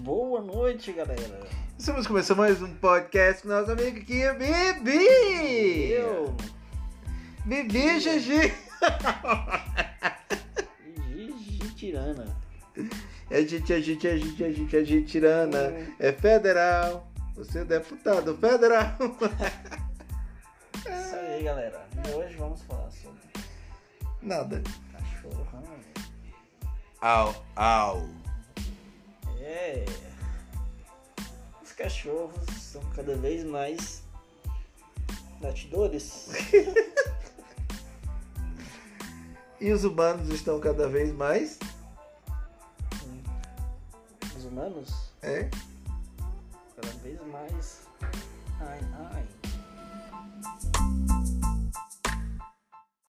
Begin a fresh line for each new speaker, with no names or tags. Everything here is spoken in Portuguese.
Boa noite, galera.
Estamos começando mais um podcast com nosso amigo aqui, Bibi!
Eu,
Bibi Gigi!
Gigi Tirana.
É gente, é gente, é gente, é gente, é gente tirana. É federal. Você é deputado federal.
Isso aí, galera. E hoje vamos falar sobre
Nada.
cachorro. né?
Au, au.
É. Os cachorros são cada vez mais batidores.
E os humanos estão cada vez mais.
Os humanos,
É?
cada vez mais. Ai, ai.